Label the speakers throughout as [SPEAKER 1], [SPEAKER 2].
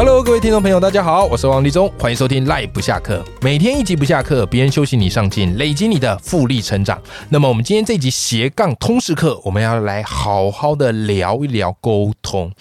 [SPEAKER 1] Hello，各位听众朋友，大家好，我是王立忠，欢迎收听《赖不下课》，每天一集不下课，别人休息你上进，累积你的复利成长。那么我们今天这集斜杠通识课，我们要来好好的聊一聊沟通。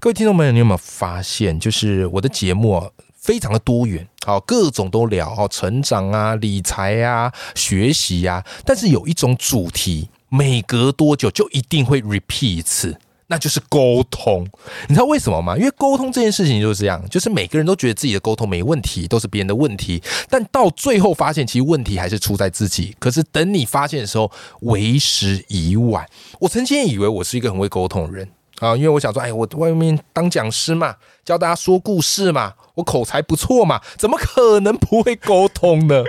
[SPEAKER 1] 各位听众朋友，你有没有发现，就是我的节目、啊、非常的多元，好，各种都聊哦，成长啊、理财啊、学习呀、啊，但是有一种主题，每隔多久就一定会 repeat 一次。那就是沟通，你知道为什么吗？因为沟通这件事情就是这样，就是每个人都觉得自己的沟通没问题，都是别人的问题，但到最后发现，其实问题还是出在自己。可是等你发现的时候，为时已晚。我曾经以为我是一个很会沟通的人啊，因为我想说，哎，我外面当讲师嘛，教大家说故事嘛，我口才不错嘛，怎么可能不会沟通呢？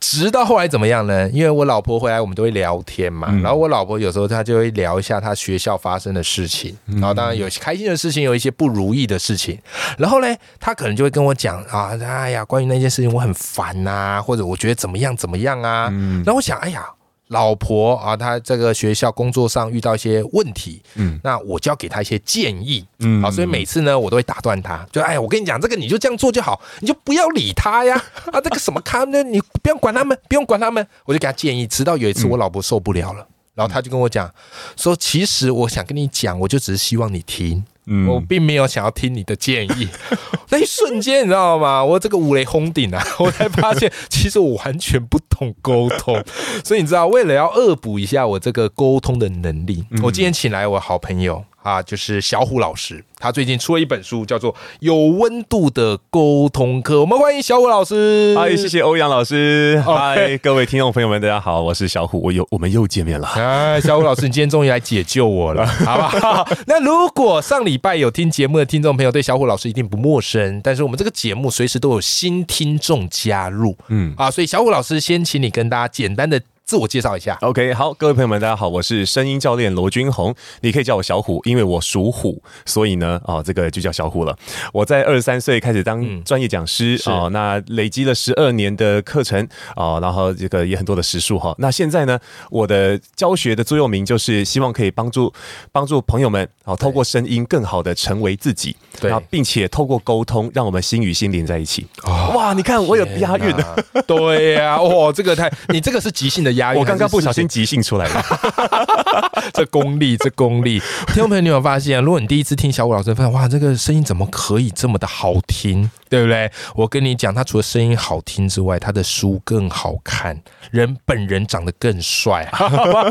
[SPEAKER 1] 直到后来怎么样呢？因为我老婆回来，我们都会聊天嘛。然后我老婆有时候她就会聊一下她学校发生的事情，然后当然有开心的事情，有一些不如意的事情。然后呢，她可能就会跟我讲啊，哎呀，关于那件事情我很烦呐、啊，或者我觉得怎么样怎么样啊。然后我想，哎呀。老婆啊，她这个学校工作上遇到一些问题，嗯，那我就要给她一些建议，嗯，好，所以每次呢，我都会打断她，就哎，我跟你讲，这个你就这样做就好，你就不要理他呀， 啊，这个什么咖呢，你不用管他们，不用管他们，我就给她建议，直到有一次我老婆受不了了，然后她就跟我讲说，其实我想跟你讲，我就只是希望你听，
[SPEAKER 2] 嗯
[SPEAKER 1] 我并没有想要听你的建议。那一瞬间，你知道吗？我这个五雷轰顶啊！ 我才发现，其实我完全不懂沟通。所以你知道，为了要恶补一下我这个沟通的能力，我今天请来我好朋友啊，就是小虎老师。他最近出了一本书，叫做《有温度的沟通课》。我们欢迎小虎老师。
[SPEAKER 2] 嗨，谢谢欧阳老师，嗨，各位听众朋友们，大家好，我是小虎，我又我们又见面了。
[SPEAKER 1] 哎，小虎老师，你今天终于来解救我 了，好不好？ 那如果上礼拜有听节目的听众朋友对小虎老师一定不陌生，但是我们这个节目随时都有新听众加入，嗯
[SPEAKER 2] 嗯
[SPEAKER 1] 啊，所以小虎老师先请你跟大家简单的自我介绍一下。
[SPEAKER 2] OK，好，各位朋友们，大家好，我是声音教练罗君红，你可以叫我小虎，因为我属虎，所以呢，哦，这个就叫小虎了。我在二十三岁开始当专业讲师
[SPEAKER 1] 嗯是
[SPEAKER 2] 哦，那累积了十二年的课程哦，然后这个也很多的时数哈、那现在呢，我的教学的座右铭就是希望可以帮助帮助朋友们哦，透过声音更好的成为自己，
[SPEAKER 1] 对
[SPEAKER 2] 然后并且透过沟通，让我们心与心连在一起。哇，你看我有押韵
[SPEAKER 1] 哦天。哪对呀、哇，这个太，你这个是即兴的押韵，
[SPEAKER 2] 我刚刚不小
[SPEAKER 1] 哎还是
[SPEAKER 2] 心即兴出来了，
[SPEAKER 1] 这功力，这功力。听众朋友，你有没有发现，啊如果你第一次听小虎老师的分享，哇，这个声音怎么可以这么的好听，对不对？我跟你讲，他除了声音好听之外，他的书更好看，人本人长得更帅。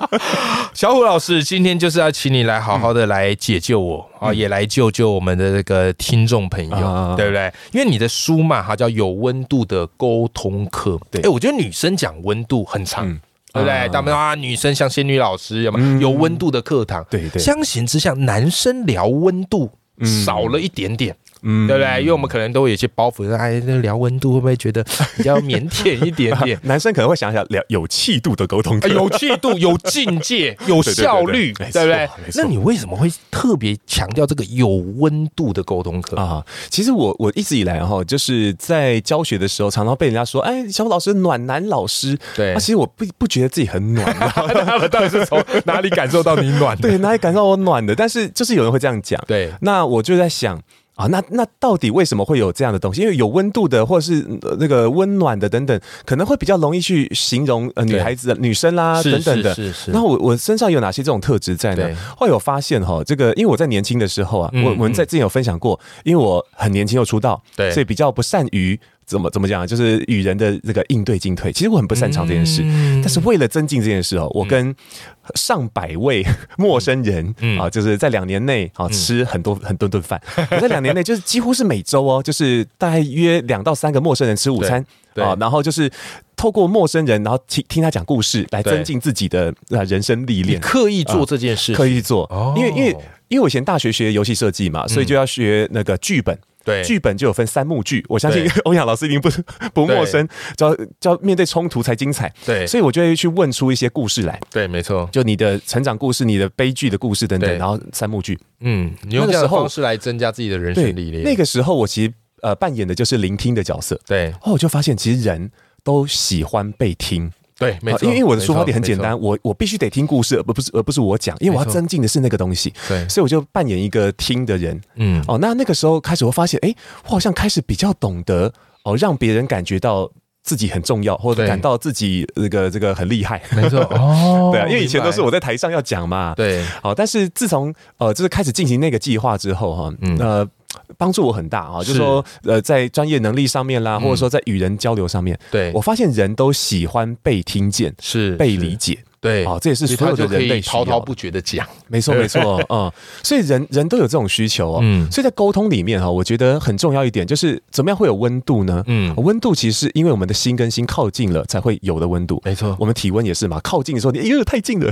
[SPEAKER 1] 小虎老师，今天就是要请你来好好
[SPEAKER 2] 嗯
[SPEAKER 1] 的来解救我、啊，也来救救我们的这个听众朋友，
[SPEAKER 2] 啊
[SPEAKER 1] 对不对？因为你的书嘛，它叫《有温度的沟通课》。
[SPEAKER 2] 对
[SPEAKER 1] 哎，我觉得女生讲温度很长。
[SPEAKER 2] 嗯
[SPEAKER 1] 对不对？
[SPEAKER 2] 啊
[SPEAKER 1] 他们啊，女生像仙女老师，有没有有温度的课堂？
[SPEAKER 2] 嗯对对
[SPEAKER 1] 相形之下，男生聊温度少了一点点，
[SPEAKER 2] 嗯？
[SPEAKER 1] 对不对？因为我们可能都有一些包袱，哎，那聊温度会不会觉得比较腼腆一点点
[SPEAKER 2] 男生可能会想想聊有气度的沟通
[SPEAKER 1] 啊
[SPEAKER 2] 课，
[SPEAKER 1] 有气度、有境界、有效率，
[SPEAKER 2] 对对对
[SPEAKER 1] 对
[SPEAKER 2] 对
[SPEAKER 1] 不对
[SPEAKER 2] 没错没？错
[SPEAKER 1] 那你为什么会特别强调这个有温度的沟通课？
[SPEAKER 2] 啊，其实我我一直以来哈，就是在教学的时候，常常被人家说，哎，小虎老师暖男老师，
[SPEAKER 1] 对
[SPEAKER 2] 啊，其实我不不觉得自己很暖，
[SPEAKER 1] 他们到底是从哪里感受到你 暖的？
[SPEAKER 2] 对，哪里感到我暖的？但是就是有人会这样讲，
[SPEAKER 1] 对
[SPEAKER 2] 那我就在想。啊，那那到底为什么会有这样的东西？因为有温度的，或者是、呃那个温暖的等等，可能会比较容易去形容呃女
[SPEAKER 1] 对
[SPEAKER 2] 孩子、女生啦
[SPEAKER 1] 是
[SPEAKER 2] 等等的。
[SPEAKER 1] 是是是
[SPEAKER 2] 那我我身上有哪些这种特质在呢
[SPEAKER 1] 对？
[SPEAKER 2] 后来我发现哈，这个因为我在年轻的时候啊，
[SPEAKER 1] 嗯
[SPEAKER 2] 我我们在之前有分享过，因为我很年轻又出道，
[SPEAKER 1] 对
[SPEAKER 2] 所以比较不善于怎么怎么讲啊，就是与人的这个应对进退。其实我很不擅长这件事，
[SPEAKER 1] 嗯
[SPEAKER 2] 但是为了增进这件事哦，我跟上百位陌生人、
[SPEAKER 1] 嗯
[SPEAKER 2] 啊，就是在两年内啊吃很多很多顿饭，我在两年内就是几乎是每周哦，就是大概约两到三个陌生人吃午餐
[SPEAKER 1] 对
[SPEAKER 2] 啊，然后就是透过陌生人，然后听听他讲故事来
[SPEAKER 1] 对
[SPEAKER 2] 增进自己的呃人生历
[SPEAKER 1] 你
[SPEAKER 2] 练。
[SPEAKER 1] 刻意做这件事情，
[SPEAKER 2] 啊刻意做
[SPEAKER 1] 哦，
[SPEAKER 2] 因为因为因为我以前大学学游戏设计嘛，所以就要学那个剧本。
[SPEAKER 1] 对
[SPEAKER 2] 剧本就有分三幕剧，我相信
[SPEAKER 1] 对
[SPEAKER 2] 欧阳老师一定不不陌
[SPEAKER 1] 对
[SPEAKER 2] 生，只要只要面对冲突才精彩。
[SPEAKER 1] 对
[SPEAKER 2] 所以我就会去问出一些故事来，
[SPEAKER 1] 对，没错，
[SPEAKER 2] 就你的成长故事、你的悲剧的故事等
[SPEAKER 1] 对
[SPEAKER 2] 等，然后三幕剧。
[SPEAKER 1] 嗯，你用
[SPEAKER 2] 那个
[SPEAKER 1] 这样的
[SPEAKER 2] 时候
[SPEAKER 1] 方式来增加自己的人
[SPEAKER 2] 对
[SPEAKER 1] 生历，练，
[SPEAKER 2] 那个时候我其实呃扮演的就是聆听的角色，
[SPEAKER 1] 对
[SPEAKER 2] 哦，我就发现其实人都喜欢被听，
[SPEAKER 1] 对，没
[SPEAKER 2] 啊
[SPEAKER 1] 错，
[SPEAKER 2] 因为因为我的
[SPEAKER 1] 没
[SPEAKER 2] 出发
[SPEAKER 1] 错
[SPEAKER 2] 点很简，单，我我必须得听故事，而不是而不是我讲，因为
[SPEAKER 1] 没
[SPEAKER 2] 我要
[SPEAKER 1] 错
[SPEAKER 2] 增进的是那个东西，
[SPEAKER 1] 没错对，
[SPEAKER 2] 所以我就扮演一个听的人。
[SPEAKER 1] 嗯，
[SPEAKER 2] 哦，那那个时候开始，我发现，哎，我好像开始比较懂得哦，让别人感觉到自己很重要，或者
[SPEAKER 1] 对
[SPEAKER 2] 感到自己这个这个很厉害。
[SPEAKER 1] 没 错，哦，
[SPEAKER 2] 对啊，因为以前都是
[SPEAKER 1] 明白
[SPEAKER 2] 我在台上要讲嘛，
[SPEAKER 1] 对
[SPEAKER 2] 好，但是自从呃，就是开始进行那个计划之后哈，
[SPEAKER 1] 嗯
[SPEAKER 2] 呃，帮助我很大啊，就是说呃，在专业能力上面啦，
[SPEAKER 1] 嗯
[SPEAKER 2] 或者说在与人交流上面，
[SPEAKER 1] 对
[SPEAKER 2] 我，发现人都喜欢被听见、
[SPEAKER 1] 是
[SPEAKER 2] 被理
[SPEAKER 1] 是
[SPEAKER 2] 解。
[SPEAKER 1] 对，
[SPEAKER 2] 哦这也是
[SPEAKER 1] 所以
[SPEAKER 2] 所有
[SPEAKER 1] 他
[SPEAKER 2] 的
[SPEAKER 1] 就可
[SPEAKER 2] 人
[SPEAKER 1] 以
[SPEAKER 2] 类需
[SPEAKER 1] 滔滔
[SPEAKER 2] 要
[SPEAKER 1] 不绝的讲，
[SPEAKER 2] 没错，没错，嗯，所以人人都有这种需求哦。
[SPEAKER 1] 嗯
[SPEAKER 2] 所以在沟通里面哈、我觉得很重要一点就是怎么样会有温度呢？
[SPEAKER 1] 嗯，
[SPEAKER 2] 温度其实是因为我们的心跟心靠近了才会有的温度。
[SPEAKER 1] 没错，
[SPEAKER 2] 我们体温也是嘛，靠近的时候，你哎呦太近了。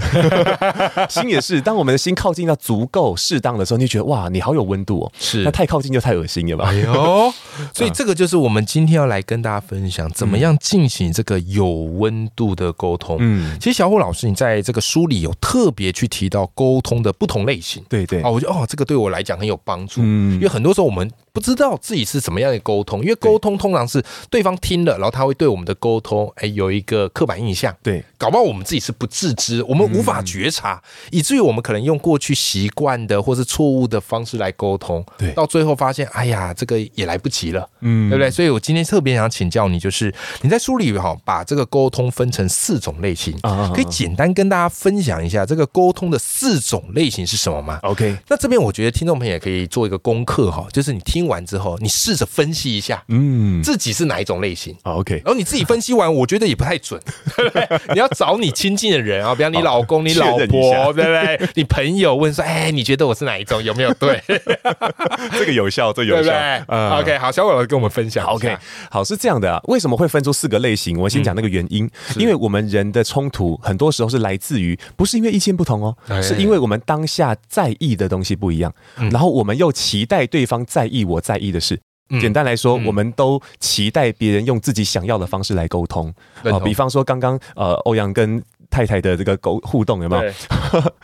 [SPEAKER 2] 心也是，当我们的心靠近到足够适当的时候，你就觉得哇，你好有温度哦。
[SPEAKER 1] 是
[SPEAKER 2] 那嗯太靠近就太恶心了吧
[SPEAKER 1] 哎？ 呦，所以这个就是我们今天要来跟大家分享，怎么样进行这个有温度的沟通。
[SPEAKER 2] 嗯，
[SPEAKER 1] 其实小虎老师，你在这个书里有特别去提到沟通的不同类型
[SPEAKER 2] 对对
[SPEAKER 1] 啊，，我觉得哦，这个对我来讲很有帮助，
[SPEAKER 2] 嗯
[SPEAKER 1] 因为很多时候我们不知道自己是怎么样的沟通，因为沟通通常是对方听了，然后他会对我们的沟通，哎，有一个刻板印象。
[SPEAKER 2] 对，
[SPEAKER 1] 搞不好我们自己是不自知，我们无
[SPEAKER 2] 嗯
[SPEAKER 1] 法觉察，以至于我们可能用过去习惯的或是错误的方式来沟通，
[SPEAKER 2] 对
[SPEAKER 1] 到最后发现，哎呀，这个也来不及了，
[SPEAKER 2] 嗯
[SPEAKER 1] 对不对？所以我今天特别想请教你，就是你在书里哈，把这个沟通分成四种类型，
[SPEAKER 2] 啊啊啊
[SPEAKER 1] 可以简单跟大家分享一下这个沟通的四种类型是什么吗？
[SPEAKER 2] ？OK，
[SPEAKER 1] 那这边我觉得听众朋友也可以做一个功课哈，就是你听完之后，你试着分析一下
[SPEAKER 2] 嗯
[SPEAKER 1] 自己是哪一种类型。
[SPEAKER 2] 好，OK，
[SPEAKER 1] 然后你自己分析完，我觉得也不太准， 对不对？你要找你亲近的人啊，比方你老公、你
[SPEAKER 2] 确认
[SPEAKER 1] 老
[SPEAKER 2] 一下
[SPEAKER 1] 婆，对不对？你朋友问说：“哎，你觉得我是哪一种？有没有对？对
[SPEAKER 2] 这 个有效，啊这
[SPEAKER 1] 不对、o k 好，小伟老师跟我们分享一下
[SPEAKER 2] OK，好是这样的啊，为什么会分出四个类型？我先讲那个原因，
[SPEAKER 1] 嗯
[SPEAKER 2] 因为我们人的冲突很多时候是来自于不是因为意见不同哦，
[SPEAKER 1] 哎
[SPEAKER 2] 是因为我们当下在意的东西不一样，然后我们又期待对方在意我在意的事。
[SPEAKER 1] 嗯
[SPEAKER 2] 简单来说，
[SPEAKER 1] 嗯
[SPEAKER 2] 我们都期待别人用自己想要的方式来沟通。
[SPEAKER 1] 认
[SPEAKER 2] 啊
[SPEAKER 1] 同
[SPEAKER 2] 比方说刚刚呃欧阳跟太太的这个沟互动有没有？
[SPEAKER 1] 对，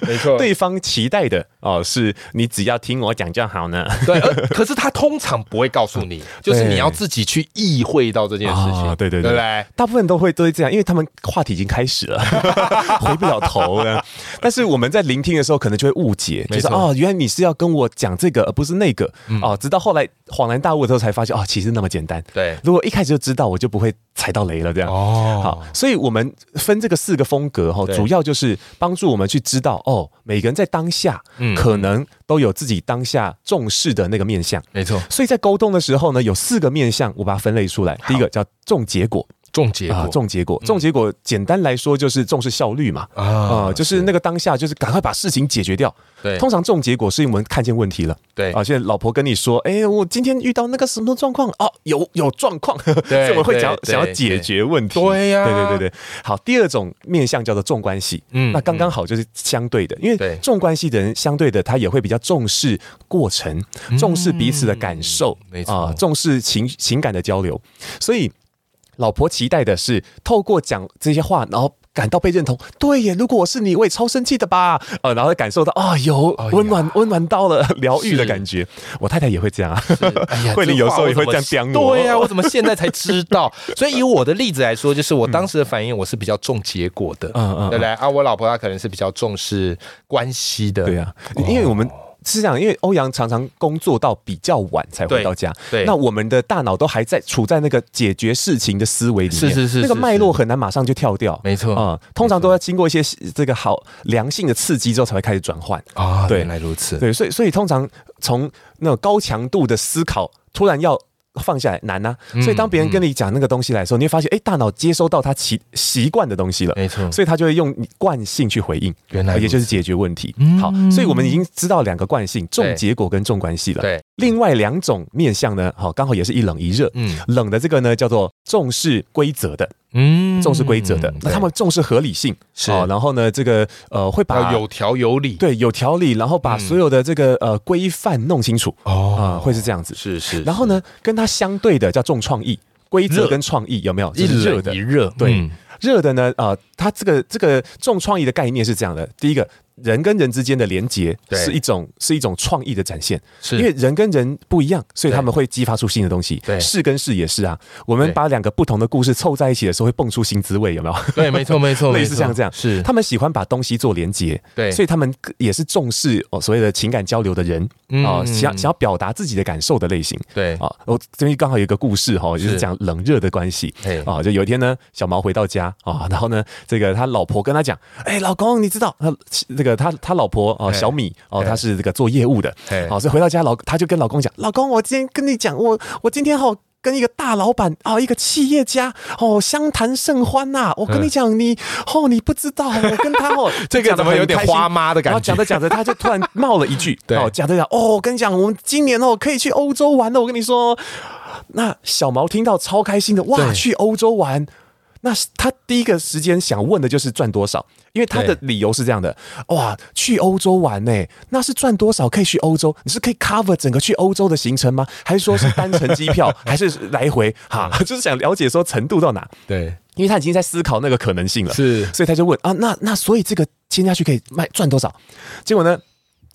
[SPEAKER 1] 没错，
[SPEAKER 2] 对方期待的哦，是你只要听我讲就好呢。
[SPEAKER 1] 对。而可是他通常不会告诉 你，就是你要自己去意会到这件事情，
[SPEAKER 2] 啊对对
[SPEAKER 1] 对
[SPEAKER 2] 对
[SPEAKER 1] 不对？
[SPEAKER 2] 大部分都会都会这样，因为他们话题已经开始了， 回不了头了。但是我们在聆听的时候，可能就会误解，
[SPEAKER 1] 没
[SPEAKER 2] 就是
[SPEAKER 1] 错嗯
[SPEAKER 2] 哦，原来你是要跟我讲这个，而不是那个、哦。直到后来恍然大悟的时候，才发现哦，其实那么简单。
[SPEAKER 1] 对
[SPEAKER 2] 如果一开始就知道，我就不会踩到雷了。这样
[SPEAKER 1] 哦
[SPEAKER 2] 好，所以我们分这个四个风格哈，
[SPEAKER 1] 对
[SPEAKER 2] 主要就是帮助我们去知道哦，每个人在当下
[SPEAKER 1] 嗯
[SPEAKER 2] 可能都有自己当下重视的那个面向。
[SPEAKER 1] 没错，
[SPEAKER 2] 所以在沟通的时候呢，有四个面向，我把它分类出来。第一个叫重结果，
[SPEAKER 1] 重结
[SPEAKER 2] 啊
[SPEAKER 1] 果，，嗯
[SPEAKER 2] 重结果，重结果，简单来说就是重视效率嘛。啊、
[SPEAKER 1] 啊，
[SPEAKER 2] 就是那个当下，就是赶快把事情解决掉。
[SPEAKER 1] 对
[SPEAKER 2] 通常重结果是因为我们看见问题了。
[SPEAKER 1] 对
[SPEAKER 2] 啊，现在老婆跟你说：“哎、我今天遇到那个什么状况哦，有有状况。” 所以我们会想要
[SPEAKER 1] 对
[SPEAKER 2] 想要
[SPEAKER 1] 对
[SPEAKER 2] 解决问题。
[SPEAKER 1] 对呀
[SPEAKER 2] 对对对对。好，第二种面向叫做重关系。
[SPEAKER 1] 嗯
[SPEAKER 2] 嗯，那刚刚好就是相对的，因
[SPEAKER 1] 对
[SPEAKER 2] 为重关系的人相对的，他也会比较重视过程，重视彼此的感受，
[SPEAKER 1] 嗯
[SPEAKER 2] 啊
[SPEAKER 1] 没错
[SPEAKER 2] 重视情情感的交流，所以。老婆期待的是透过讲这些话，然后感到被认同。对耶，如果我是你，我也超生气的吧？呃，然后感受到啊、有
[SPEAKER 1] 哎呀
[SPEAKER 2] 温暖，温暖到了疗愈的感觉。我太太也会这样啊，
[SPEAKER 1] 哎呀，
[SPEAKER 2] 慧玲
[SPEAKER 1] 这
[SPEAKER 2] 有
[SPEAKER 1] 话
[SPEAKER 2] 时候也
[SPEAKER 1] 怎
[SPEAKER 2] 会
[SPEAKER 1] 么
[SPEAKER 2] 这样刁我
[SPEAKER 1] 对呀、我怎么现在才知 道？所以以我的例子来说，就是我当时的反应，我是比较重结果的，
[SPEAKER 2] 嗯嗯嗯
[SPEAKER 1] 对不对？啊，我老婆她可能是比较重视关系的，
[SPEAKER 2] 对呀、因为我们。
[SPEAKER 1] 哦
[SPEAKER 2] 是这样，因为欧阳常常工作到比较晚才回到家，
[SPEAKER 1] 对对
[SPEAKER 2] 那我们的大脑都还在处在那个解决事情的思维里面，
[SPEAKER 1] 是是是
[SPEAKER 2] 那个
[SPEAKER 1] 是
[SPEAKER 2] 脉络很难马上就跳掉，
[SPEAKER 1] 没错
[SPEAKER 2] 啊、通常都要经过一些这个好良性的刺激之后才会开始转换，
[SPEAKER 1] 啊，
[SPEAKER 2] 对
[SPEAKER 1] 原来如此，
[SPEAKER 2] 对，所以所以通常从那种高强度的思考，突然要放下来难呐、所以当
[SPEAKER 1] 嗯
[SPEAKER 2] 别人跟你讲那个东西来的时候，你会发现，哎、大脑接收到他习习惯的东西了，
[SPEAKER 1] 没错
[SPEAKER 2] 所以他就会用你惯性去回应，
[SPEAKER 1] 嗯原来
[SPEAKER 2] 呃
[SPEAKER 1] 如此嗯
[SPEAKER 2] 也就是解决问题。好，所以我们已经知道两个惯性，重结果跟重关系了。
[SPEAKER 1] 对，
[SPEAKER 2] 另外两种面向呢，好，刚好也是一冷一热。
[SPEAKER 1] 嗯
[SPEAKER 2] 冷的这个呢，叫做重视规则的
[SPEAKER 1] 嗯
[SPEAKER 2] 重视规则的，那他们重视合理性，
[SPEAKER 1] 是
[SPEAKER 2] 哦然后呢，这个呃会把
[SPEAKER 1] 要有条有理，
[SPEAKER 2] 对有条理，然后把所有的这个、呃规范弄清楚啊、
[SPEAKER 1] 哦，
[SPEAKER 2] 会是这样子。
[SPEAKER 1] 是是，
[SPEAKER 2] 然后呢，跟它相对的叫重创意，规则
[SPEAKER 1] 热
[SPEAKER 2] 跟创意有没有？
[SPEAKER 1] 一
[SPEAKER 2] 这是热
[SPEAKER 1] 冷
[SPEAKER 2] 的
[SPEAKER 1] 一，热，
[SPEAKER 2] 对
[SPEAKER 1] 嗯
[SPEAKER 2] 热的呢，啊，它这个这个重创意的概念是这样的：第一个，人跟人之间的连接
[SPEAKER 1] 对
[SPEAKER 2] 是一种是一种创意的展现，
[SPEAKER 1] 是
[SPEAKER 2] 因为人跟人不一样，所以他们会激发出新的东西。
[SPEAKER 1] 对
[SPEAKER 2] 事跟事也是啊，我们
[SPEAKER 1] 对
[SPEAKER 2] 把两个不同的故事凑在一起的时候，会蹦出新滋味，有没有？
[SPEAKER 1] 对，没错没错，
[SPEAKER 2] 类
[SPEAKER 1] 没
[SPEAKER 2] 似
[SPEAKER 1] 错
[SPEAKER 2] 像这样
[SPEAKER 1] 是，
[SPEAKER 2] 他们喜欢把东西做连接，
[SPEAKER 1] 对，
[SPEAKER 2] 所以他们也是重视哦所谓的情感交流的人
[SPEAKER 1] 以
[SPEAKER 2] 啊，想想要表达自己的感受的类型。
[SPEAKER 1] 嗯对，
[SPEAKER 2] 啊，我这边刚好有一个故事哈、就是是讲冷热的关系
[SPEAKER 1] 嘿
[SPEAKER 2] 啊。就有一天呢，小毛回到家啊，然后呢，这个他老婆跟他讲，哎、老公，你知道他这个他他老婆哦、
[SPEAKER 1] 嘿
[SPEAKER 2] 小米哦，
[SPEAKER 1] 嘿
[SPEAKER 2] 她是这个做业务的，啊
[SPEAKER 1] 嘿
[SPEAKER 2] 好、所以回到家老他就跟老公讲，老公，我今天跟你讲，我我今天哈、跟一个大老板啊、一个企业家哦，相谈甚欢呐、我跟你讲，你哦，你不知道，我跟 他哦
[SPEAKER 1] 嗯，这个
[SPEAKER 2] 讲得
[SPEAKER 1] 怎么
[SPEAKER 2] 很
[SPEAKER 1] 有点
[SPEAKER 2] 开心
[SPEAKER 1] 花妈的感
[SPEAKER 2] 然后
[SPEAKER 1] 觉，
[SPEAKER 2] 讲？着讲着，他就突然冒了一句
[SPEAKER 1] 对
[SPEAKER 2] 哦，讲着讲，哦，我跟你讲，我们今年哦可以去欧洲玩了，我跟你说。那小毛听到超开心的，哇，
[SPEAKER 1] 对
[SPEAKER 2] 去欧洲玩。那他第一个时间想问的就是赚多少，因为他的理由是这样的：哇，去欧洲玩呢、那是赚多少可以去欧洲？你是可以 cover 整个去欧洲的行程吗？还是说是单程机票，还是来回？哈，就是想了解说程度到哪，
[SPEAKER 1] 对，
[SPEAKER 2] 因为他已经在思考那个可能性了。
[SPEAKER 1] 是
[SPEAKER 2] 所以他就问啊，那那所以这个签下去可以卖赚多少？结果呢？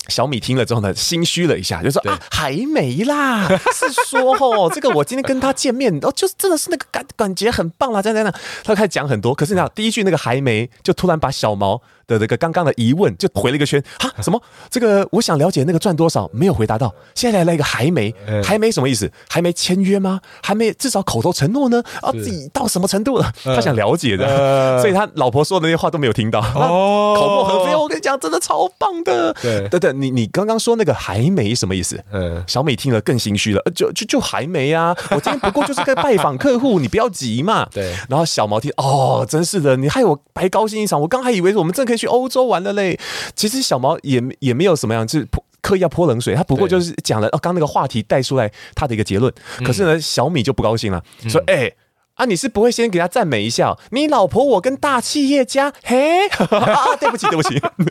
[SPEAKER 2] 小米听了之后呢，心虚了一下，就说
[SPEAKER 1] 对
[SPEAKER 2] 啊，还没啦， 是说哦，这个我今天跟他见面，哦，就是真的是那个感感觉很棒啦，这样这样这样，他就开始讲很多。可是你知道，第一句那个还没，就突然把小毛的这个刚刚的疑问就回了一个圈， 哈，什么？这个我想了解那个赚多少，没有回答到。现在来了一个还没
[SPEAKER 1] 嗯，
[SPEAKER 2] 还没什么意思？还没签约吗？还没至少口头承诺呢？啊，
[SPEAKER 1] 是嗯
[SPEAKER 2] 自己到什么程度 了？他想了解的，
[SPEAKER 1] 呃
[SPEAKER 2] 所以他老婆说的那些话都没有听到，
[SPEAKER 1] 哦
[SPEAKER 2] 哦，口沫横飞。我跟你讲，真的超棒的。
[SPEAKER 1] 对
[SPEAKER 2] 等等，你你刚刚说那个还没什么意思？
[SPEAKER 1] 嗯，
[SPEAKER 2] 小美听了更心虚了，呃就就就还没啊！我今天不过就是在拜访客户，你不要急嘛。
[SPEAKER 1] 对
[SPEAKER 2] 然后小毛听，哦，真是的，你害我白高兴一场。我刚还以为我们真的可以去欧洲玩了嘞。其实小毛也也没有什么样，就是泼刻意要泼冷水，他不过
[SPEAKER 1] 对
[SPEAKER 2] 就是讲了哦，刚那个话题带出来他的一个结论。可是呢，小米就不高兴了，说：“哎、啊，你是不会先给他赞美一下哦、你老婆我跟大企业家，嘿， 啊，对不起，对不起，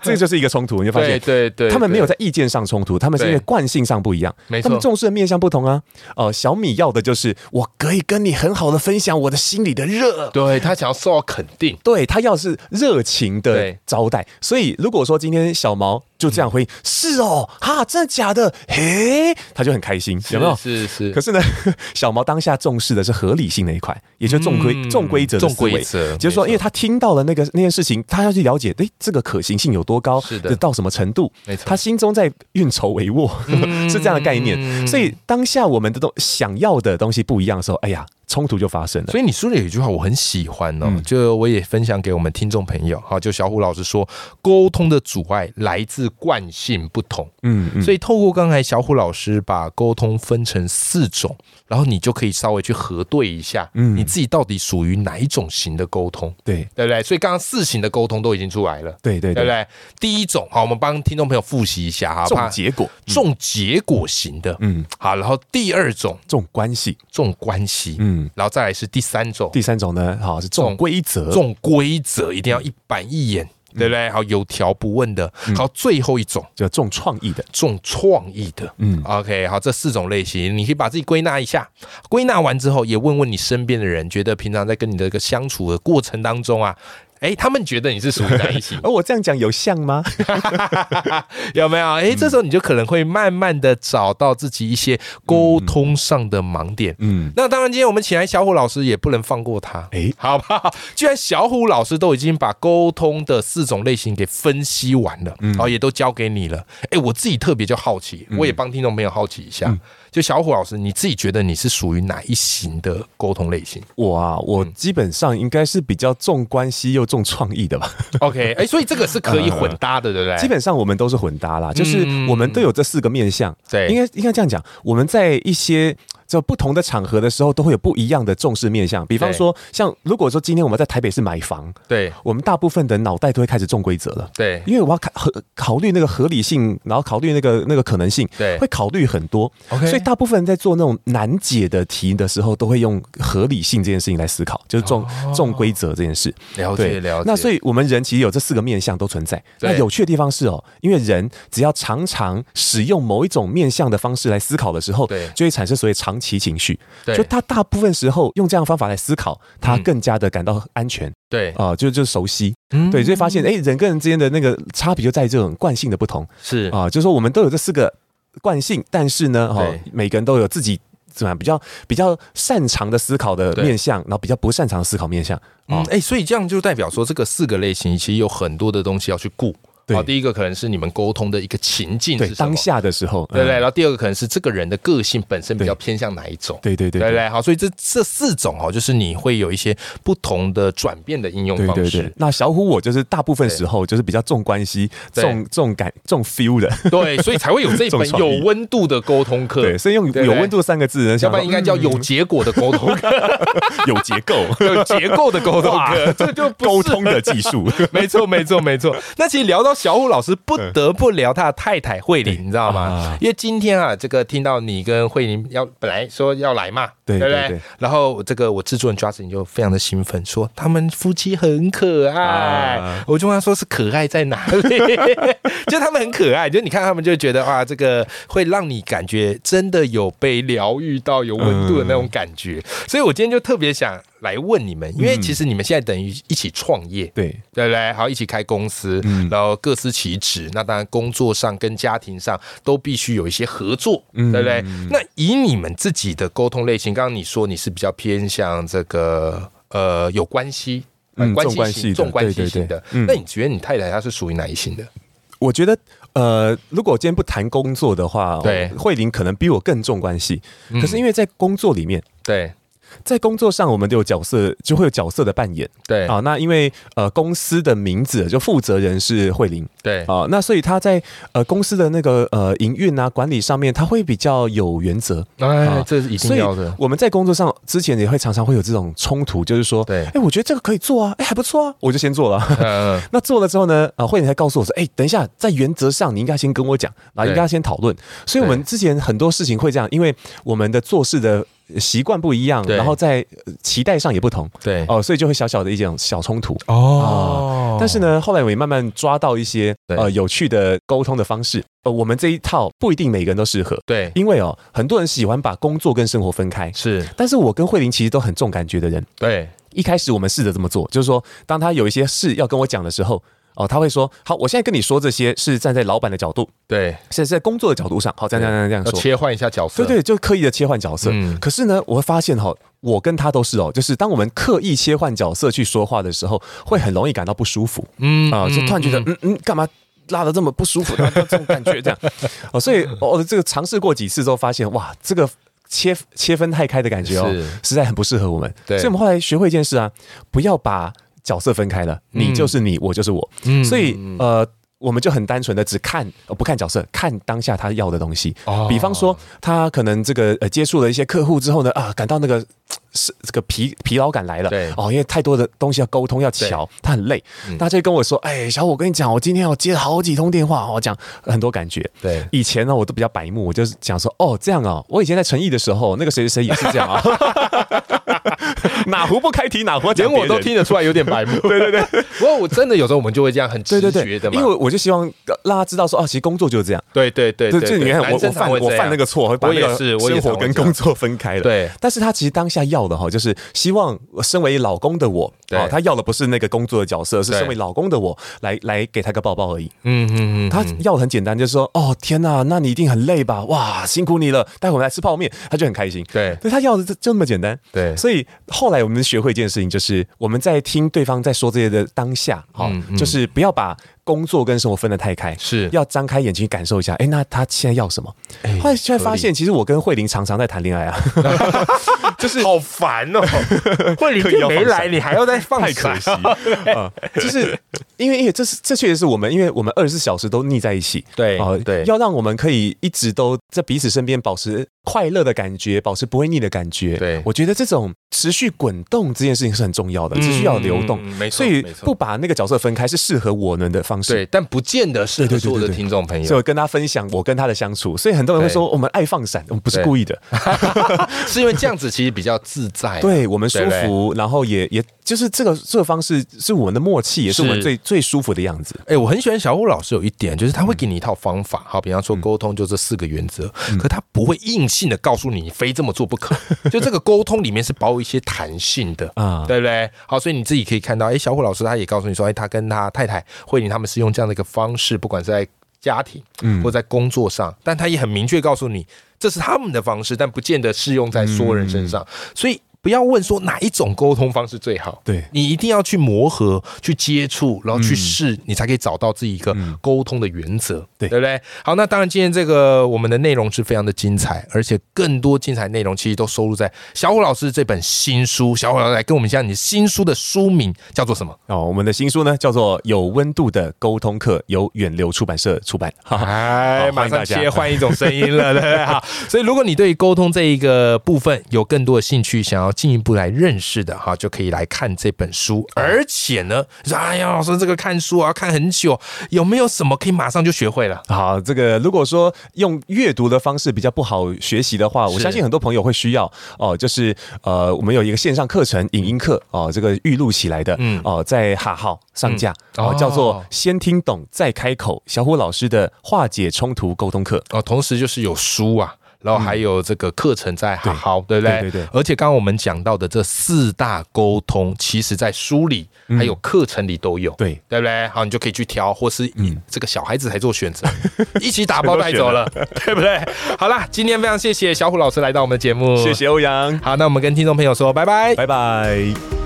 [SPEAKER 2] 这就是一个冲突，你就发
[SPEAKER 1] 对
[SPEAKER 2] 现。”
[SPEAKER 1] 对对，
[SPEAKER 2] 他们没有
[SPEAKER 1] 对
[SPEAKER 2] 在意见上冲突，他们是因为
[SPEAKER 1] 对
[SPEAKER 2] 惯性上不一样，
[SPEAKER 1] 没错
[SPEAKER 2] 他们重视的面向不同啊。哦、小米要的就是我可以跟你很好的分享我的心里的热，
[SPEAKER 1] 对他想要受到肯定，
[SPEAKER 2] 对他要是热情的
[SPEAKER 1] 对嗯
[SPEAKER 2] 招待，所以如果说今天小毛就这样回应，是哦，哈，真的假的？嘿，他就很开心，有没有？
[SPEAKER 1] 是是
[SPEAKER 2] 可是呢， 小毛当下重视的是合理性那一块，也就是重规、
[SPEAKER 1] 嗯
[SPEAKER 2] 重规则的
[SPEAKER 1] 重
[SPEAKER 2] 思维
[SPEAKER 1] 规则
[SPEAKER 2] 就是
[SPEAKER 1] 没错
[SPEAKER 2] 说，因为他听到了那个那件事情，他要去了解，诶，这个可行性有多高，
[SPEAKER 1] 是的
[SPEAKER 2] 这到什么程度
[SPEAKER 1] 没错，
[SPEAKER 2] 他心中在运筹帷幄， 是这样的概
[SPEAKER 1] 嗯
[SPEAKER 2] 念。所以当下我们的东想要的东西不一样的时候，哎呀，冲突就发生了。
[SPEAKER 1] 所以你说的有一句话我很喜欢哦，就我也分享给我们听众朋友。好，就小虎老师说，沟通的阻碍来自惯性不同。
[SPEAKER 2] 嗯嗯，
[SPEAKER 1] 所以透过刚才小虎老师把沟通分成四种，然后你就可以稍微去核对一下，
[SPEAKER 2] 嗯
[SPEAKER 1] 你自己到底属于哪一种型的沟通，
[SPEAKER 2] 对
[SPEAKER 1] 对不对？所以刚刚四型的沟通都已经出来了，
[SPEAKER 2] 对对
[SPEAKER 1] 对不
[SPEAKER 2] 对，
[SPEAKER 1] 对？第一种，好，我们帮听众朋友复习一下哈，怕
[SPEAKER 2] 重结果，
[SPEAKER 1] 重结果型的，
[SPEAKER 2] 嗯，
[SPEAKER 1] 好，然后第二种
[SPEAKER 2] 重关系，
[SPEAKER 1] 重关系，
[SPEAKER 2] 嗯。
[SPEAKER 1] 然后再来是第三种
[SPEAKER 2] 第三种呢，好是
[SPEAKER 1] 重
[SPEAKER 2] 重规则，
[SPEAKER 1] 重规则，一定要
[SPEAKER 2] 嗯
[SPEAKER 1] 一板一眼，对不对？好，有条不紊的。好，最后一种
[SPEAKER 2] 就重创意的，
[SPEAKER 1] 重创意的。
[SPEAKER 2] 嗯，
[SPEAKER 1] OK，好，这四种类型，你可以把自己归纳一下。归纳完之后，也问问你身边的人，觉得平常在跟你的一个相处的过程当中啊，哎，他们觉得你是属于哪一型？
[SPEAKER 2] 而哦我这样讲有像 吗？
[SPEAKER 1] 有没有？
[SPEAKER 2] 嗯
[SPEAKER 1] 哎，这时候你就可能会慢慢的找到自己一些沟通上的盲点。
[SPEAKER 2] 嗯，
[SPEAKER 1] 那当然，今天我们请来小虎老师也不能放过他，
[SPEAKER 2] 诶
[SPEAKER 1] 好不好？既然小虎老师都已经把沟通的四种类型给分析完了，嗯，哦，也都交给你了，诶，我自己特别就好奇，
[SPEAKER 2] 嗯
[SPEAKER 1] 我也帮听众朋友好奇一下，就小虎老师，你自己觉得你是属于哪一型的沟通类型
[SPEAKER 2] 我啊，我
[SPEAKER 1] 嗯
[SPEAKER 2] 基本上应该是比较重关系又重创意的吧。
[SPEAKER 1] ？OK，诶，所以这个是可以混搭的，对不对？
[SPEAKER 2] 基本上我们都是
[SPEAKER 1] 嗯
[SPEAKER 2] 混搭啦，就是我们都有这四个面相。
[SPEAKER 1] 对
[SPEAKER 2] 应该应该这样讲，我们在一些。就不同的场合的时候，都会有不一样的重视面向。比方
[SPEAKER 1] 对
[SPEAKER 2] 说，像如果说今天我们在台北市买房，
[SPEAKER 1] 对
[SPEAKER 2] 我们大部分的脑袋都会开始重规则了。
[SPEAKER 1] 对
[SPEAKER 2] 因为我要考合考虑那个合理性，然后考虑那个那个可能性，
[SPEAKER 1] 对
[SPEAKER 2] 会考虑很多。
[SPEAKER 1] OK
[SPEAKER 2] 所以大部分人在做那种难解的题的时候，都会用合理性这件事情来思考，就是重、
[SPEAKER 1] 哦
[SPEAKER 2] 重规则这件事。
[SPEAKER 1] 了解了解。
[SPEAKER 2] 那所
[SPEAKER 1] 以
[SPEAKER 2] 以我们人其实有这四个面向都存在。
[SPEAKER 1] 对
[SPEAKER 2] 那有趣的地方是哦，因为人只要常常使用某一种面向的方式来思考的时候，
[SPEAKER 1] 对
[SPEAKER 2] 就会产生所谓长期情绪。
[SPEAKER 1] 对嗯
[SPEAKER 2] 就他大部分时候用这样的方法来思考，他更加的感到安全
[SPEAKER 1] 对
[SPEAKER 2] 啊、就就熟悉。
[SPEAKER 1] 嗯
[SPEAKER 2] 对，就会发现哎、诶人跟人之间的那个差别就在于这种惯性的不同
[SPEAKER 1] 是
[SPEAKER 2] 啊、就是说我们都有这四个惯性，但是呢，哦
[SPEAKER 1] 对，
[SPEAKER 2] 每个人都有自己。怎么样比较比较擅长的思考的
[SPEAKER 1] 对
[SPEAKER 2] 面向，然后比较不擅长的思考面向，
[SPEAKER 1] 嗯
[SPEAKER 2] 哦，
[SPEAKER 1] 哎、所以这样就代表说，这个四个类型其实有很多的东西要去顾。啊
[SPEAKER 2] 对
[SPEAKER 1] 好第一个可能是你们沟通的一个情境
[SPEAKER 2] 对
[SPEAKER 1] 是什么
[SPEAKER 2] 当，下的时候，
[SPEAKER 1] 对不对？
[SPEAKER 2] 嗯
[SPEAKER 1] 然后第二个可能是这个人的个性本身比
[SPEAKER 2] 对
[SPEAKER 1] 较偏向哪一种，
[SPEAKER 2] 对对对
[SPEAKER 1] 对不对？好，所以这这四种哦，就是你会有一些不同的转变的应用
[SPEAKER 2] 对
[SPEAKER 1] 方
[SPEAKER 2] 对
[SPEAKER 1] 式
[SPEAKER 2] 对。。那小虎我就是大部分时候就是比较重关系、
[SPEAKER 1] 对
[SPEAKER 2] 重重感、重 feel 的，
[SPEAKER 1] 对，所以才会有这
[SPEAKER 2] 重
[SPEAKER 1] 本
[SPEAKER 2] 创
[SPEAKER 1] 有
[SPEAKER 2] 意
[SPEAKER 1] 温度的沟通课。
[SPEAKER 2] 对，所嗯以用
[SPEAKER 1] 对
[SPEAKER 2] 有温度三个字呢，
[SPEAKER 1] 要
[SPEAKER 2] 想
[SPEAKER 1] 不然
[SPEAKER 2] 说
[SPEAKER 1] 应该叫 有结果的沟通课，
[SPEAKER 2] 嗯有结构
[SPEAKER 1] 有结构的沟通
[SPEAKER 2] 哇
[SPEAKER 1] 课，这就不
[SPEAKER 2] 沟
[SPEAKER 1] 是
[SPEAKER 2] 通的技 术。
[SPEAKER 1] 没错，没错，没错。那其实聊到小虎老师，不得不聊他的太太慧玲，你知道吗
[SPEAKER 2] 嗯啊？
[SPEAKER 1] 因为今天啊，这个听到你跟慧玲要本来说要来嘛，
[SPEAKER 2] 对
[SPEAKER 1] 不
[SPEAKER 2] 对对
[SPEAKER 1] 然后这个我制作人 Justin 就非常的兴奋，说他们夫妻很可爱。
[SPEAKER 2] 啊
[SPEAKER 1] 我就问他说是可爱在哪里？ 就他们很可爱，就你看他们就觉得啊哇，这个会让你感觉真的有被疗愈到有温度的
[SPEAKER 2] 嗯
[SPEAKER 1] 那种感觉。所以我今天就特别想来问你们，因
[SPEAKER 2] 嗯
[SPEAKER 1] 为其实你们现在等于一起创业，
[SPEAKER 2] 对，
[SPEAKER 1] 对不对？好，一起开公司，
[SPEAKER 2] 嗯
[SPEAKER 1] 然后各司其职。那当然，工作上跟家庭上都必须有一些合作，
[SPEAKER 2] 嗯
[SPEAKER 1] 对不对？那以你们自己的沟通类型，刚刚你说你是比较偏向这个呃有关系。呃
[SPEAKER 2] 嗯
[SPEAKER 1] 系型、
[SPEAKER 2] 重
[SPEAKER 1] 重关
[SPEAKER 2] 关系的
[SPEAKER 1] 系型
[SPEAKER 2] 对对
[SPEAKER 1] 的
[SPEAKER 2] 对，嗯
[SPEAKER 1] 那你觉得你太太她是属于哪一型的？
[SPEAKER 2] 我觉得呃，如果今天不谈工作的话，
[SPEAKER 1] 对
[SPEAKER 2] 慧玲可能比我更重关系。可是
[SPEAKER 1] 嗯
[SPEAKER 2] 因为在工作里面，
[SPEAKER 1] 对
[SPEAKER 2] 在工作上我们都有角色，就会有角色的扮演
[SPEAKER 1] 对
[SPEAKER 2] 啊。那因为呃，公司的名字就负责人是慧玲，
[SPEAKER 1] 对
[SPEAKER 2] 啊、那所以他在呃公司的那个呃营运啊管理上面，他会比较有原则。
[SPEAKER 1] 哎
[SPEAKER 2] 啊，
[SPEAKER 1] 这是一
[SPEAKER 2] 所
[SPEAKER 1] 定
[SPEAKER 2] 以
[SPEAKER 1] 要的，
[SPEAKER 2] 我们在工作上之前也会常常会有这种冲突，就是说，
[SPEAKER 1] 对
[SPEAKER 2] 哎、我觉得这个可以做啊，哎、还不错啊，我就先做了。
[SPEAKER 1] 嗯，
[SPEAKER 2] 那做了之后呢，啊，慧玲才告诉我说，哎、等一下，在原则上你应该先跟我讲，啊，
[SPEAKER 1] 对
[SPEAKER 2] 应该先讨论。所以我们之前很多事情会这样，因为我们的做事的习惯不一样，
[SPEAKER 1] 对
[SPEAKER 2] 然后在呃期待上也不同，
[SPEAKER 1] 对
[SPEAKER 2] 哦、所以就会小小的一种小冲突。
[SPEAKER 1] 哦
[SPEAKER 2] 但是，呢，后来我也慢慢抓到一些
[SPEAKER 1] 对
[SPEAKER 2] 呃有趣的沟通的方式。呃，我们这一套不一定每个人都适合，
[SPEAKER 1] 对
[SPEAKER 2] 因为哦，很多人喜欢把工作跟生活分开。
[SPEAKER 1] 是，
[SPEAKER 2] 但是我跟慧玲其实都很重感觉的人。
[SPEAKER 1] 对
[SPEAKER 2] 一开始我们试着这么做，就是说，当他有一些事要跟我讲的时候，哦，他会说：“好，我现在跟你说这些是站在老板的角度，
[SPEAKER 1] 对，
[SPEAKER 2] 是在工作的角度上。”好，这样这样这样这
[SPEAKER 1] 要
[SPEAKER 2] 样说。
[SPEAKER 1] 切换一下角色，
[SPEAKER 2] 对对，就刻意的切换角色。
[SPEAKER 1] 嗯
[SPEAKER 2] 可是呢，我会发现哈、我跟他都是哦，就是当我们刻意切换角色去说话的时候，会很容易感到不舒服。
[SPEAKER 1] 嗯
[SPEAKER 2] 啊，就突然觉得
[SPEAKER 1] 嗯嗯
[SPEAKER 2] 嗯嗯，干嘛拉的这么不舒 服，然后这种感觉这样，哦，所以哦，这个尝试过几次之后，发现哇，这个切切分太开的感觉哦
[SPEAKER 1] 是，
[SPEAKER 2] 实在很不适合我们。
[SPEAKER 1] 对
[SPEAKER 2] 所以我们后来学会一件事啊，不要把角色分开了，你就是你，我就是我。
[SPEAKER 1] 嗯
[SPEAKER 2] 所以呃。我们就很单纯的只看，呃不看角色，看当下他要的东西。
[SPEAKER 1] 哦
[SPEAKER 2] 比方说，他可能这个呃接触了一些客户之后呢，啊，感到那个是这个疲疲劳感来了，
[SPEAKER 1] 对嗯
[SPEAKER 2] 哦，因为太多的东西要沟通要瞧，他很累，他就跟我说，哎，小虎，我跟你讲，我今天我接了好几通电话，哦，讲很多感觉。
[SPEAKER 1] 对
[SPEAKER 2] 以前呢，我都比较白目，我就是讲说，哦，这样哦，我以前在诚毅的时候，那个谁谁谁也是这样 啊， 哪壶不开提哪壶要讲
[SPEAKER 1] 连
[SPEAKER 2] 别
[SPEAKER 1] 我
[SPEAKER 2] 人，
[SPEAKER 1] 都听得出来有点白目。对对对， 不过我真的有时候我们就会这样很直
[SPEAKER 2] 对对
[SPEAKER 1] 觉
[SPEAKER 2] 对
[SPEAKER 1] 的，嘛，
[SPEAKER 2] 因为我就希望让他知道说，哦，其实工作就是这样。
[SPEAKER 1] 对对对
[SPEAKER 2] 对，
[SPEAKER 1] 对，
[SPEAKER 2] 就你看
[SPEAKER 1] 男
[SPEAKER 2] 我我
[SPEAKER 1] 生常
[SPEAKER 2] 犯
[SPEAKER 1] 会
[SPEAKER 2] 我
[SPEAKER 1] 这
[SPEAKER 2] 犯
[SPEAKER 1] 样
[SPEAKER 2] 那个错，会把
[SPEAKER 1] 我
[SPEAKER 2] 那
[SPEAKER 1] 也
[SPEAKER 2] 个
[SPEAKER 1] 是我也
[SPEAKER 2] 生活
[SPEAKER 1] 常会
[SPEAKER 2] 跟
[SPEAKER 1] 这样
[SPEAKER 2] 工作分开了。
[SPEAKER 1] 对
[SPEAKER 2] 但是他其实当下要的哈，就是希望身为老公的我，
[SPEAKER 1] 对
[SPEAKER 2] 哦，他要的不是那个工作的角色，是
[SPEAKER 1] 对
[SPEAKER 2] 身为老公的我来来给他个抱抱而已。
[SPEAKER 1] 嗯嗯嗯，
[SPEAKER 2] 他要的很简单，就是说，哦，天呐、那你一定很累吧？哇，辛苦你了，待会儿来吃泡面，他就很开心。
[SPEAKER 1] 对
[SPEAKER 2] 对他要的就就那么简单。
[SPEAKER 1] 对
[SPEAKER 2] 所以后来我们学会一件事情，就是我们在听对方在说这些的当下，哈、
[SPEAKER 1] 嗯嗯
[SPEAKER 2] 就是不要把工作跟生活分得太开，
[SPEAKER 1] 是
[SPEAKER 2] 要张开眼睛感受一下。哎，那他现在要什么？
[SPEAKER 1] 哎
[SPEAKER 2] 后来现在
[SPEAKER 1] 合
[SPEAKER 2] 发
[SPEAKER 1] 理
[SPEAKER 2] 现，其实我跟慧玲常常在谈 恋爱啊，
[SPEAKER 1] 就是
[SPEAKER 3] 好 烦哦、慧玲
[SPEAKER 2] 刻意
[SPEAKER 3] 就
[SPEAKER 2] 要
[SPEAKER 3] 没
[SPEAKER 2] 放
[SPEAKER 3] 来，
[SPEAKER 2] 闪
[SPEAKER 3] 你还要再放
[SPEAKER 2] 太
[SPEAKER 3] 闪
[SPEAKER 2] 可惜了。
[SPEAKER 1] 嗯
[SPEAKER 2] 啊就是因为因为这是这确实是我们，因为我们二十四小时都腻在一起，
[SPEAKER 1] 对
[SPEAKER 2] 哦，
[SPEAKER 3] 对
[SPEAKER 2] 要让我们可以一直都在彼此身边，保持快乐的感觉，保持不会腻的感觉。
[SPEAKER 3] 对嗯
[SPEAKER 2] 我觉得这种持续滚动这件事情是很重要的，持续要流动。
[SPEAKER 3] 嗯没错
[SPEAKER 2] 所以
[SPEAKER 3] 没错
[SPEAKER 2] 不把那个角色分开是适合我们的方式。
[SPEAKER 1] 对，但不见得适合
[SPEAKER 2] 对对对对
[SPEAKER 1] 所有的
[SPEAKER 2] 对
[SPEAKER 1] 听众朋
[SPEAKER 2] 所以
[SPEAKER 1] 友，
[SPEAKER 2] 我跟他分享我跟他的相处，所以很多人会说哦我们爱放闪，我们不是
[SPEAKER 1] 对
[SPEAKER 2] 故意的，
[SPEAKER 1] 是因为这样子其实比较自在啊。
[SPEAKER 2] 对我们舒
[SPEAKER 1] 对不对
[SPEAKER 2] 服，然后也也就是这个这个方式是我们的默契，也是我们
[SPEAKER 1] 是
[SPEAKER 2] 最最舒服的样子。
[SPEAKER 1] 哎、我很喜欢小虎老师有一点，就是他会给你一套方法，好，比方说沟通就这四个原则，可他不会硬性的告诉你你非这么做不可，就这个沟通里面是保有一些弹性的。
[SPEAKER 2] 啊，
[SPEAKER 1] 对不对？好，所以你自己可以看到，哎，小虎老师他也告诉你说，哎，他跟他太太慧玲他们是用这样的一个方式，不管是在家庭，嗯，或在工作上，但他也很明确告诉你，这是他们的方式，但不见得适用在所有人身上，所以。不要问说哪一种沟通方式最好，
[SPEAKER 2] 对
[SPEAKER 1] 你一定要去磨合、去接触，然后去试，你才可以找到自己一个沟通的原则，
[SPEAKER 2] 对
[SPEAKER 1] 对不对？好，那当然，今天这个我们的内容是非常的精彩，而且更多精彩内容其实都收录在小虎老师这本新书。小虎老师来跟我们讲，你新书的书名叫做什么？
[SPEAKER 2] 哦，我们的新书呢叫做《有温度的沟通课》，由远流出版社出版。哈哈，
[SPEAKER 1] 哎，
[SPEAKER 2] 好
[SPEAKER 1] 马
[SPEAKER 2] 欢
[SPEAKER 1] 上
[SPEAKER 2] 迎大家
[SPEAKER 1] 切换一种声音 了，对不对？好，所以如果你对于沟通这一个部分有更多的兴趣，想要进一步来认识的哈，就可以来看这本书。
[SPEAKER 2] 嗯
[SPEAKER 1] 而且呢，你说哎呀，老师这个看书啊，看很久，有没有什么可以马上就学会了？
[SPEAKER 2] 好，这个如果说用阅读的方式比较不好学习的话，我
[SPEAKER 1] 是
[SPEAKER 2] 相信很多朋友会需要哦，就是呃，我们有一个线上课程影音课哦，这个预录起来的，
[SPEAKER 1] 嗯
[SPEAKER 2] 嗯，哦，在哈号上架、
[SPEAKER 1] 嗯哦
[SPEAKER 2] 哦，叫做《先听懂再开口》，小虎老师的化解冲突沟通课。
[SPEAKER 1] 哦，同时就是有书啊。然后还有这个课程在好好，对不对？
[SPEAKER 2] 嗯对对对
[SPEAKER 1] 而且刚刚我们讲到的这四大沟通，其实在书里
[SPEAKER 2] 嗯
[SPEAKER 1] 还有课程里都有，
[SPEAKER 2] 对
[SPEAKER 1] 对不对？好，你就可以去挑，或是以这个小孩子才做选 择，一起打包带走了，嗯 对不对？好啦，今天非常谢谢小虎老师来到我们的节目，
[SPEAKER 2] 谢。谢欧阳，
[SPEAKER 1] 好，那我们跟听众朋友说拜拜。
[SPEAKER 2] 拜拜。